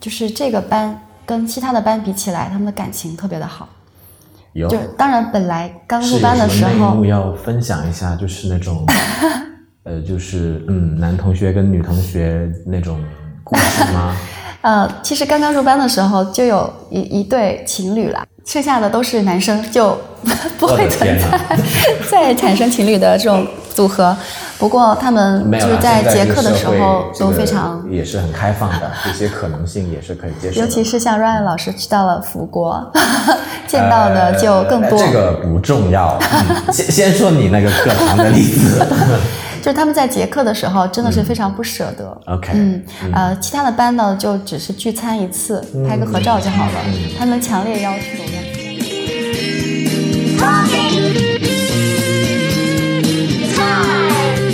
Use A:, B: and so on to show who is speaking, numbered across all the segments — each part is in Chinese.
A: 就是这个班跟其他的班比起来，他们的感情特别的好。
B: 有
A: 就是当然本来刚
B: 是
A: 入
B: 有
A: 班的时
B: 什么内
A: 候
B: 幕，要分享一下，就是 那种，呃，就是嗯，男同学跟女同学那种故事 吗？
A: 呃，其实刚刚入班的时候就有一一对情侣啦，剩下的都是男生，就 不
B: 我
A: 会
B: 的
A: 存
B: 天
A: 在
B: 哪
A: 再产生情侣的这种组合。不过他们
B: 没
A: 就
B: 有
A: 是
B: 啦，
A: 在
B: 现
A: 结
B: 在
A: 课的时候
B: 这
A: 都
B: 个
A: 非常
B: 社会也是很开放的，这些可能性也是可以接受的。
A: 尤其是像 Ryan 老师去到了福国， 见到的就更多。
B: 呃这个不重要，嗯、先先说你那个课堂的例子。
A: 就是他们在结课的时候真的是非常不舍得。
B: 嗯 OK，
A: 嗯，呃，其他的班呢就只是聚餐一次，拍个合照就好了。
B: 嗯
A: 他们强烈要求。
C: Time.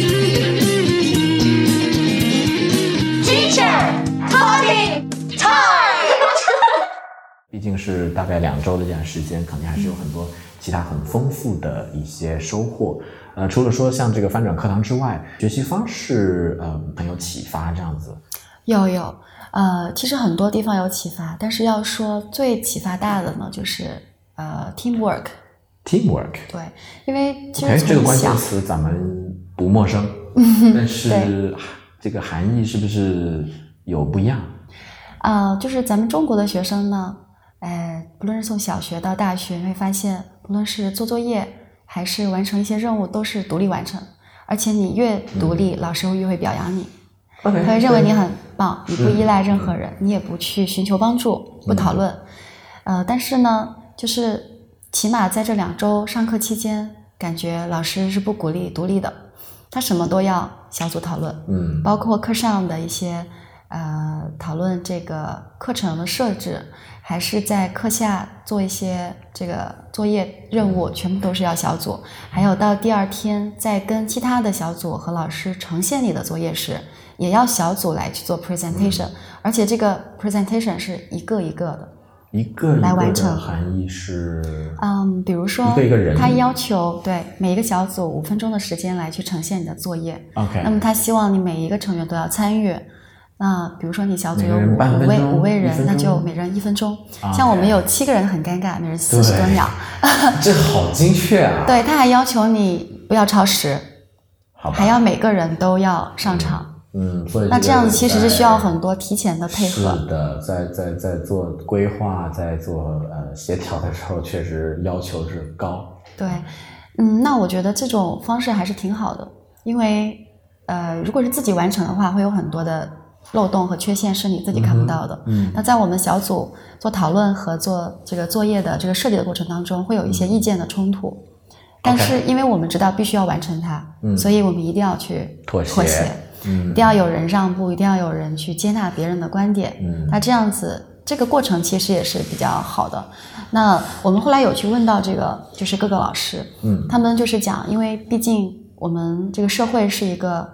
C: Teacher talking time.
B: 毕竟是大概两周的这样时间，肯定还是有很多其他很丰富的一些收获。呃，除了说像这个翻转课堂之外，学习方式呃很有启发这样子。
A: 有有，呃，其实很多地方有启发，但是要说最启发大的呢，就是呃 teamwork。
B: Teamwork，
A: 对，因为其
B: 哎，
A: 实
B: 这个
A: 从
B: 关键
A: 小
B: 词咱们不陌 生，但是
A: 对
B: 这个含义是不是有不一样？
A: 啊、就是咱们中国的学生呢，呃，不论是从小学到大学，你会发现，不论是做作业还是完成一些任务，都是独立完成。而且你越独立，老师会越会表扬你，
B: OK，
A: 他会认为你
B: 嗯对
A: 很棒，你不依赖任何人，你也不去寻求帮助，
B: 嗯
A: 不讨论。呃，但是呢，就是起码在这两周上课期间，感觉老师是不鼓励独立的，他什么都要小组讨论。
B: 嗯
A: 包括课上的一些呃讨论这个课程的设置，还是在课下做一些这个作业任务，全部都是要小组。还有到第二天再跟其他的小组和老师呈现你的作业时，也要小组来去做 presentation，、而
B: 嗯
A: 且这个 presentation 是一个一个的。
B: 一个一
A: 来
B: 个
A: 完
B: 的
A: 成
B: 含义是
A: 嗯，比如说
B: 一个一个人，
A: 他要求对每一个小组五分钟的时间来去呈现你的作业。
B: OK，
A: 那么他希望你每一个成员都要参与。那比如说你小组
B: 每
A: 有
B: 个人
A: 五
B: 半
A: 五
B: 分
A: 位
B: 钟
A: 五位
B: 一
A: 人，
B: 分
A: 那就
B: 钟
A: 每人一分钟。
B: 啊
A: 像我们
B: 对
A: 有七个人很尴尬，每人四十多
B: 对
A: 秒。
B: 这好精确啊！
A: 对，他还要求你不要超时，
B: 好吧，
A: 还要每个人都要上场。
B: 嗯，所以
A: 那这样子
B: 个
A: 其实
B: 在
A: 是需要很多提前的配合
B: 是。的，在在在做规划、在做呃协调的时候，确实要求是高。
A: 对，嗯，那我觉得这种方式还是挺好的，因为呃，如果是自己完成的话，会有很多的漏洞和缺陷是你自己看不到的。
B: 嗯
A: 那在我们小组做讨论和做这个作业的这个设计的过程当中，会有一些
B: 嗯
A: 意见的冲突，但是因为我们知道必须要完成它，
B: 嗯
A: 所以我们一定要去
B: 妥
A: 协，
B: 协
A: 一
B: 嗯
A: 定要有人让步，一定要有人去接纳别人的观点。
B: 嗯
A: 那这样子，这个过程其实也是比较好的。那我们后来有去问到这个，就是各个老师，
B: 嗯
A: 他们就是讲，因为毕竟我们这个社会是一个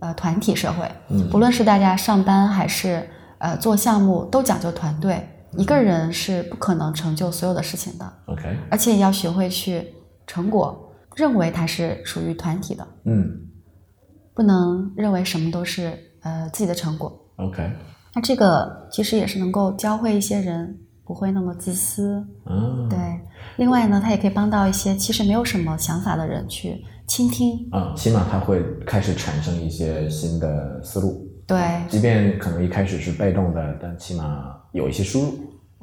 A: 呃团体社会，
B: 嗯
A: 不论是大家上班还是呃做项目，都讲究团队，一个人是不可能成就所有的事情的，
B: ，OK，
A: 而且也要学会去成果，认为它是属于团体的，
B: 嗯
A: 不能认为什么都是呃自己的成果。
B: ，OK，
A: 那这个其实也是能够教会一些人不会那么自私，
B: 嗯，
A: 对。另外呢，它也可以帮到一些其实没有什么想法的人去倾听，
B: 啊、起码他会开始产生一些新的思路，
A: 对，
B: 即便可能一开始是被动的，但起码有一些输入。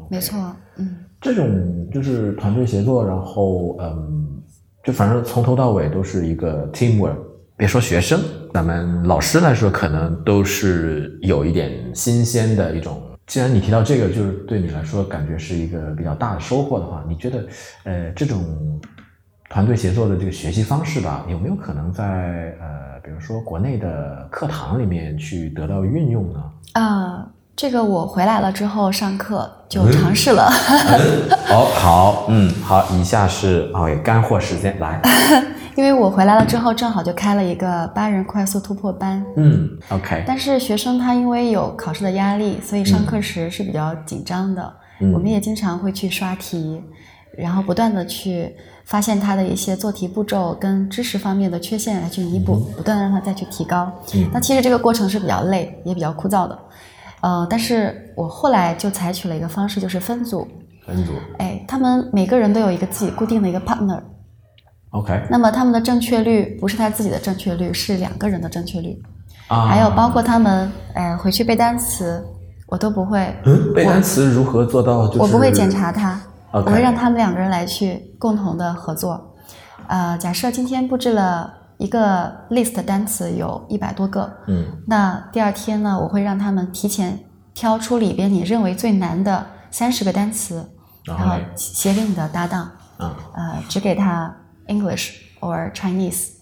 A: 没错，嗯，
B: 这种就是团队协作，然后嗯，就反正从头到尾都是一个 teamwork。别说学生，咱们老师来说，可能都是有一点新鲜的一种。既然你提到这个，就是对你来说感觉是一个比较大的收获的话，你觉得，呃，这种团队协作的这个学习方式吧，有没有可能在呃，比如说国内的课堂里面去得到运用呢？
A: 呃，这个我回来了之后上课就尝试了，
B: 哦，好，嗯，好，以下是哦干货时间，来，
A: 因为我回来了之后正好就开了一个八人快速突破班，
B: 嗯，OK，
A: 但是学生他因为有考试的压力，所以上课时是比较紧张的。
B: 嗯
A: 我们也经常会去刷题，然后不断的去发现他的一些做题步骤跟知识方面的缺陷来去弥补，不断的让他再去提高。
B: 嗯
A: 那其实这个过程是比较累，也比较枯燥的。呃，但是我后来就采取了一个方式，就是分组，
B: 分组
A: 哎，他们每个人都有一个自己固定的一个 partner，
B: ，OK
A: 那么他们的正确率不是他自己的正确率，是两个人的正确率，
B: 啊，
A: 还有包括他们哎回去背单词，我都不会，
B: 嗯，背单词如何做到？就是
A: 我不会检查他，我
B: OK
A: 会让他们两个人来去共同的合作。呃，假设今天布置了一个 list 单词有一百多个，
B: 嗯
A: 那第二天呢，我会让他们提前挑出里边你认为最难的三十个单词，
B: 然
A: 然
B: 后
A: 后
B: 嘞
A: 写给你的搭档，
B: 啊，
A: 呃，只给他 English or Chinese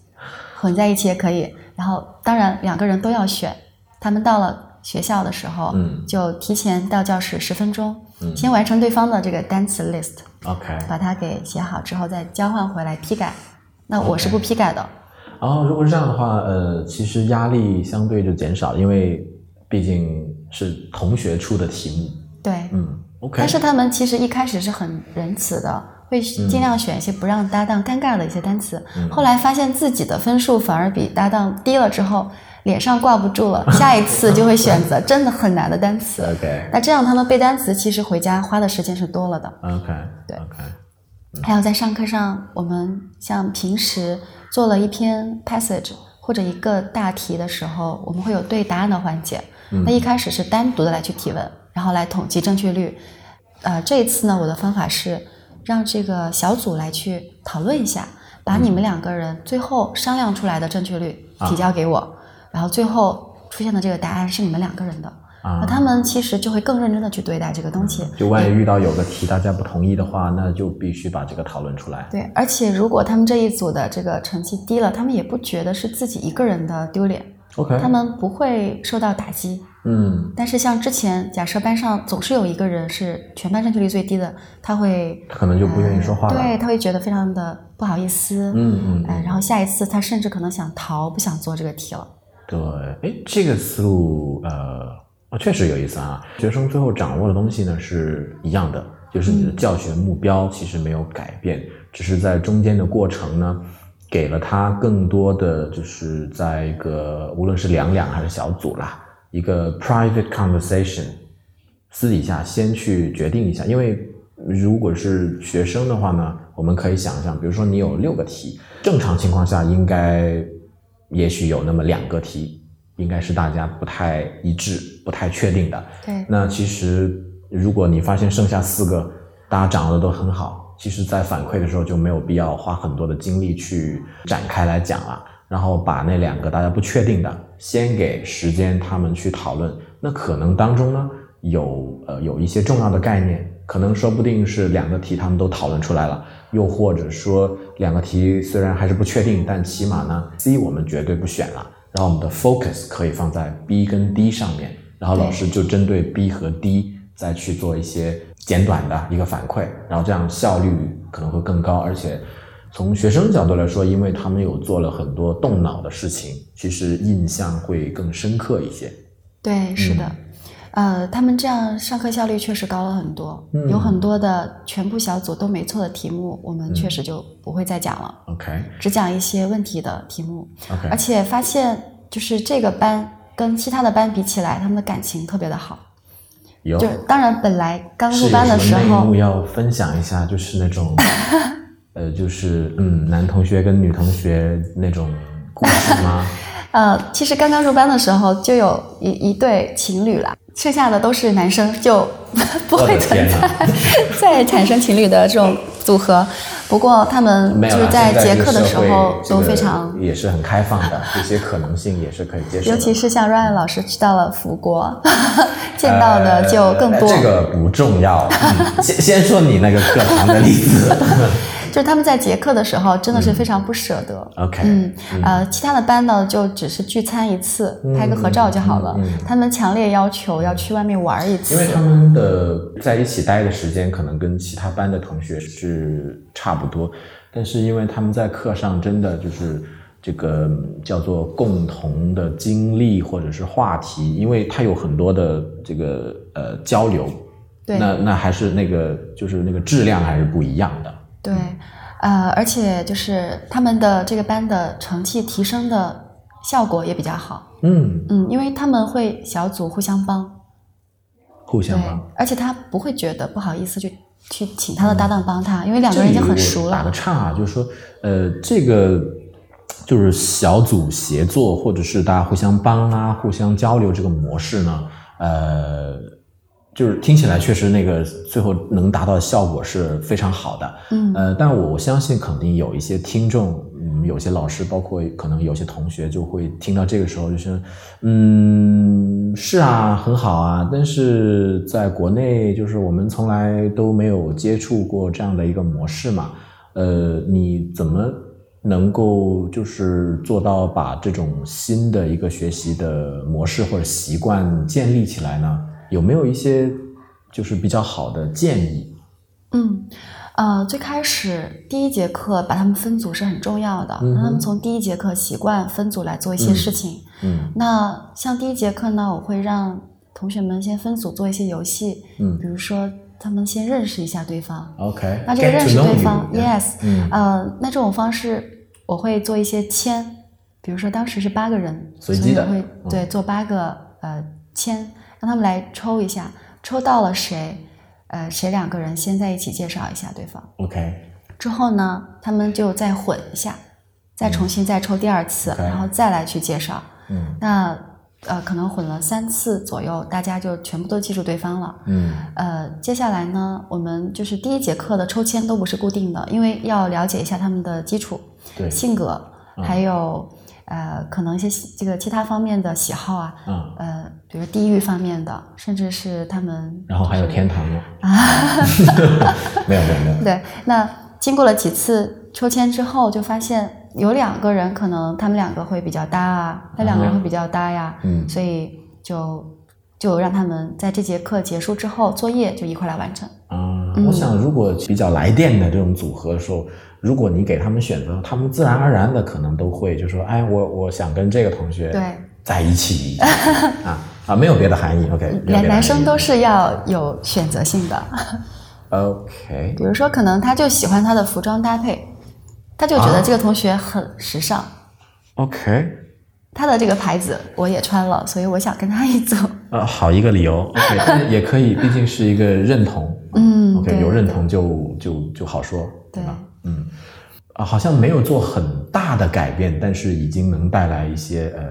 A: 混在一起也可以。然后当然两个人都要选，他们到了学校的时候，
B: 嗯
A: 就提前到教室十分钟，
B: 嗯
A: 先完成对方的这个单词 list，
B: ，OK。
A: 把它给写好之后再交换回来批改。那我是不批改的。
B: 然后如果是这样的话，呃，其实压力相对就减少，因为毕竟是同学出的题目。
A: 对，
B: 嗯，OK。
A: 但是他们其实一开始是很仁慈的，会尽量选一些不让搭档尴尬的一些单词。
B: 嗯
A: 后来发现自己的分数反而比搭档低了之后，脸上挂不住了， 下一次就会选择真的很难的单词。
B: OK
A: 那这样他们背单词，其实回家花的时间是多了的。
B: OK
A: 对
B: OK
A: 还有在上课上，我们像平时做了一篇 passage 或者一个大题的时候，我们会有对答案的环节。那一开始是单独的来去提问，然后来统计正确率。呃，这一次呢，我的方法是让这个小组来去讨论一下，把你们两个人最后商量出来的正确率提交给我，然后最后出现的这个答案是你们两个人的。
B: 啊嗯
A: 那他们其实就会更认真的去对待这个东西，
B: 就万一遇到有个题大家不同意的话，那就必须把这个讨论出来。
A: 对，而且如果他们这一组的这个成绩低了，他们也不觉得是自己一个人的丢脸，
B: OK，
A: 他们不会受到打击。
B: 嗯，
A: 但是像之前，假设班上总是有一个人是全班正确率最低的，他会嗯
B: 可能就不愿意说话了。
A: 对，他会觉得非常的不好意思，
B: 嗯嗯
A: 呃然后下一次他甚至可能想逃，不想做这个题了。
B: 对，哎，这个思路呃，啊确实有意思啊。学生最后掌握的东西呢是一样的，就是你的教学目标其实没有改变，只是在中间的过程呢，给了他更多的就是在一个无论是两两还是小组啦，一个 private conversation，私底下先去决定一下，因为如果是学生的话呢，我们可以想象，比如说你有六个题，正常情况下应该也许有那么两个题，应该是大家不太一致、不太确定的。
A: 对，
B: 那其实如果你发现剩下四个，大家掌握的都很好，其实在反馈的时候就没有必要花很多的精力去展开来讲了。然后把那两个大家不确定的，先给时间他们去讨论。那可能当中呢，有呃有一些重要的概念，可能说不定是两个题他们都讨论出来了，又或者说两个题虽然还是不确定，但起码呢 C 我们绝对不选了，然后我们的 focus 可以放在 B 跟 D 上面，然后老师就针对 B 和 D 再去做一些简短的一个反馈，然后这样效率可能会更高，而且。从学生角度来说，因为他们有做了很多动脑的事情，其实印象会更深刻一些。
A: 对，是的，呃，他们这样上课效率确实高了很多，
B: 嗯
A: 有很多的全部小组都没错的题目，我们确实就不会再讲了。
B: OK
A: 只讲一些问题的题目，
B: OK，
A: 而且发现就是这个班跟其他的班比起来，他们的感情特别的好。
B: 有
A: 就是当然，本来刚
B: 哦是
A: 入班的时
B: 有什么内幕
A: 候，
B: 要分享一下，就是 那种，呃，就是嗯，男同学跟女同学那种故事吗？
A: 呃，其实刚刚入班的时候就有一一对情侣啦，剩下的都是男生，就 不
B: 我的
A: 会存
B: 天
A: 在
B: 哪
A: 再产生情侣的这种组合。不过他们
B: 没有
A: 就
B: 啦，
A: 是在
B: 现
A: 结
B: 这个
A: 课的时
B: 社会
A: 候
B: 这
A: 都
B: 个
A: 非常
B: 也是很开放的，这些可能性也是可以接受的。
A: 尤其是像 Ryan 老师去到了福国，见到的就更多。
B: 呃这个不重要，嗯先先说你那个课堂的例子。
A: 就是他们在结课的时候真的是非常不舍得。
B: OK，
A: 嗯，呃，其他的班呢就只是聚餐一次，拍个合照就好了。
B: 嗯嗯嗯
A: 他们强烈要求要去外面玩一次。
B: 因为他们的在一起待的时间可能跟其他班的同学是差不多，但是因为他们在课上真的就是这个嗯叫做共同的经历或者是话题，因为他有很多的这个呃交流，
A: 对
B: 那那还是那个就是那个质量还是不一样的。
A: 对，
B: 嗯
A: 呃，而且就是他们的这个班的成绩提升的效果也比较好。
B: 嗯
A: 嗯，因为他们会小组互相帮，
B: 互相
A: 对
B: 帮。，
A: 而且他不会觉得不好意思去去请他的搭档帮他，因为两个人已经很熟
B: 这里我打个
A: 了。
B: 岔啊，就是说，呃，这个就是小组协作，或者是大家互相帮啊、互相交流这个模式呢，呃，就是听起来确实那个最后能达到的效果是非常好的。
A: 嗯
B: 呃，但我相信肯定有一些听众，嗯，有些老师，包括可能有些同学，就会听到这个时候就是，嗯，是啊，很好啊，但是在国内就是我们从来都没有接触过这样的一个模式嘛，呃，你怎么能够就是做到把这种新的一个学习的模式或者习惯建立起来呢？有没有一些就是比较好的建议？
A: 嗯，呃，最开始第一节课把他们分组是很重要的，
B: 嗯哼
A: 让他们从第一节课习惯分组来做一些
B: 嗯
A: 事情。
B: 嗯
A: 那像第一节课呢，我会让同学们先分组做一些游戏，
B: 嗯
A: 比如说他们先认识一下对方，
B: ，OK，
A: 那这个
B: get to
A: 认识
B: know
A: 对
B: you，
A: 方
B: yeah
A: ，yes，
B: 嗯，
A: 呃，那这种方式我会做一些签，比如说当时是八个人，
B: 随机的
A: 所以我会、
B: 嗯
A: 对做八个呃签，让他们来抽一下，抽到了谁，呃谁两个人先在一起介绍一下对方，
B: OK，
A: 之后呢，他们就再混一下，再重新再抽第二次，
B: 嗯 OK
A: 然后再来去介绍。
B: 嗯
A: 那呃可能混了三次左右，大家就全部都记住对方了。
B: 嗯
A: 呃，接下来呢，我们就是第一节课的抽签都不是固定的，因为要了解一下他们的基础、
B: 对，
A: 性格，
B: 嗯
A: 还有、呃，可能一些这个其他方面的喜好啊，
B: 嗯，
A: 呃，比如地域方面的，甚至是他们
B: 然后还有天堂呢，
A: 啊，
B: 没有没有没有，
A: 对。那经过了几次抽签之后，就发现有两个人可能他们两个会比较搭啊，那两个人会比较搭呀，
B: 嗯
A: 所以就就让他们在这节课结束之后，作业就一块来完成。
B: 啊，
A: 嗯
B: 我想如果比较来电的这种组合的时候，如果你给他们选择，他们自然而然的可能都会就说，哎，我我想跟这个同学
A: 对
B: 在一起啊 啊，没有别的含义，OK，没有别的含
A: 男
B: 义
A: 男生都是要有选择性 的，
B: OK，
A: 比如说，可能他就喜欢他的服装搭配，他就觉
B: 啊
A: 得这个同学很时尚，
B: OK，
A: 他的这个牌子我也穿了，所以我想跟他一组。
B: 呃，好一个理由，OK，但也可以，毕竟是一个认同，
A: 嗯
B: ，OK，
A: 对
B: 有认同就就就好说，
A: 对
B: 吧？嗯，啊，好像没有做很大的改变，但是已经能带来一些呃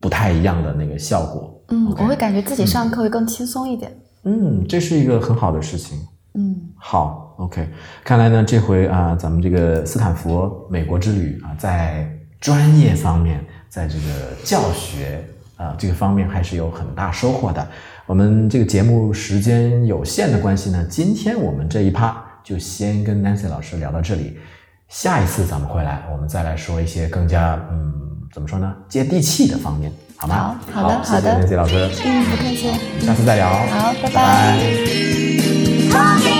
B: 不太一样的那个效果，
A: 嗯
B: OK
A: 我会感觉自己上课会更轻松一点。
B: 嗯，这是一个很好的事情，
A: 嗯，
B: 好，OK，看来呢，这回啊、咱们这个斯坦福美国之旅啊、在专业方面，在这个教学啊、这个方面还是有很大收获的。我们这个节目时间有限的关系呢，今天我们这一趴就先跟 Nancy 老师聊到这里。下一次咱们回来，我们再来说一些更加嗯，怎么说呢，接地气的方面，好吗？
A: 好好的好
B: 谢谢
A: 的
B: Nancy 老师，
A: 嗯，不客气。
B: 下次再聊，
A: 好，拜
B: 拜
A: 拜
B: 拜
C: Talking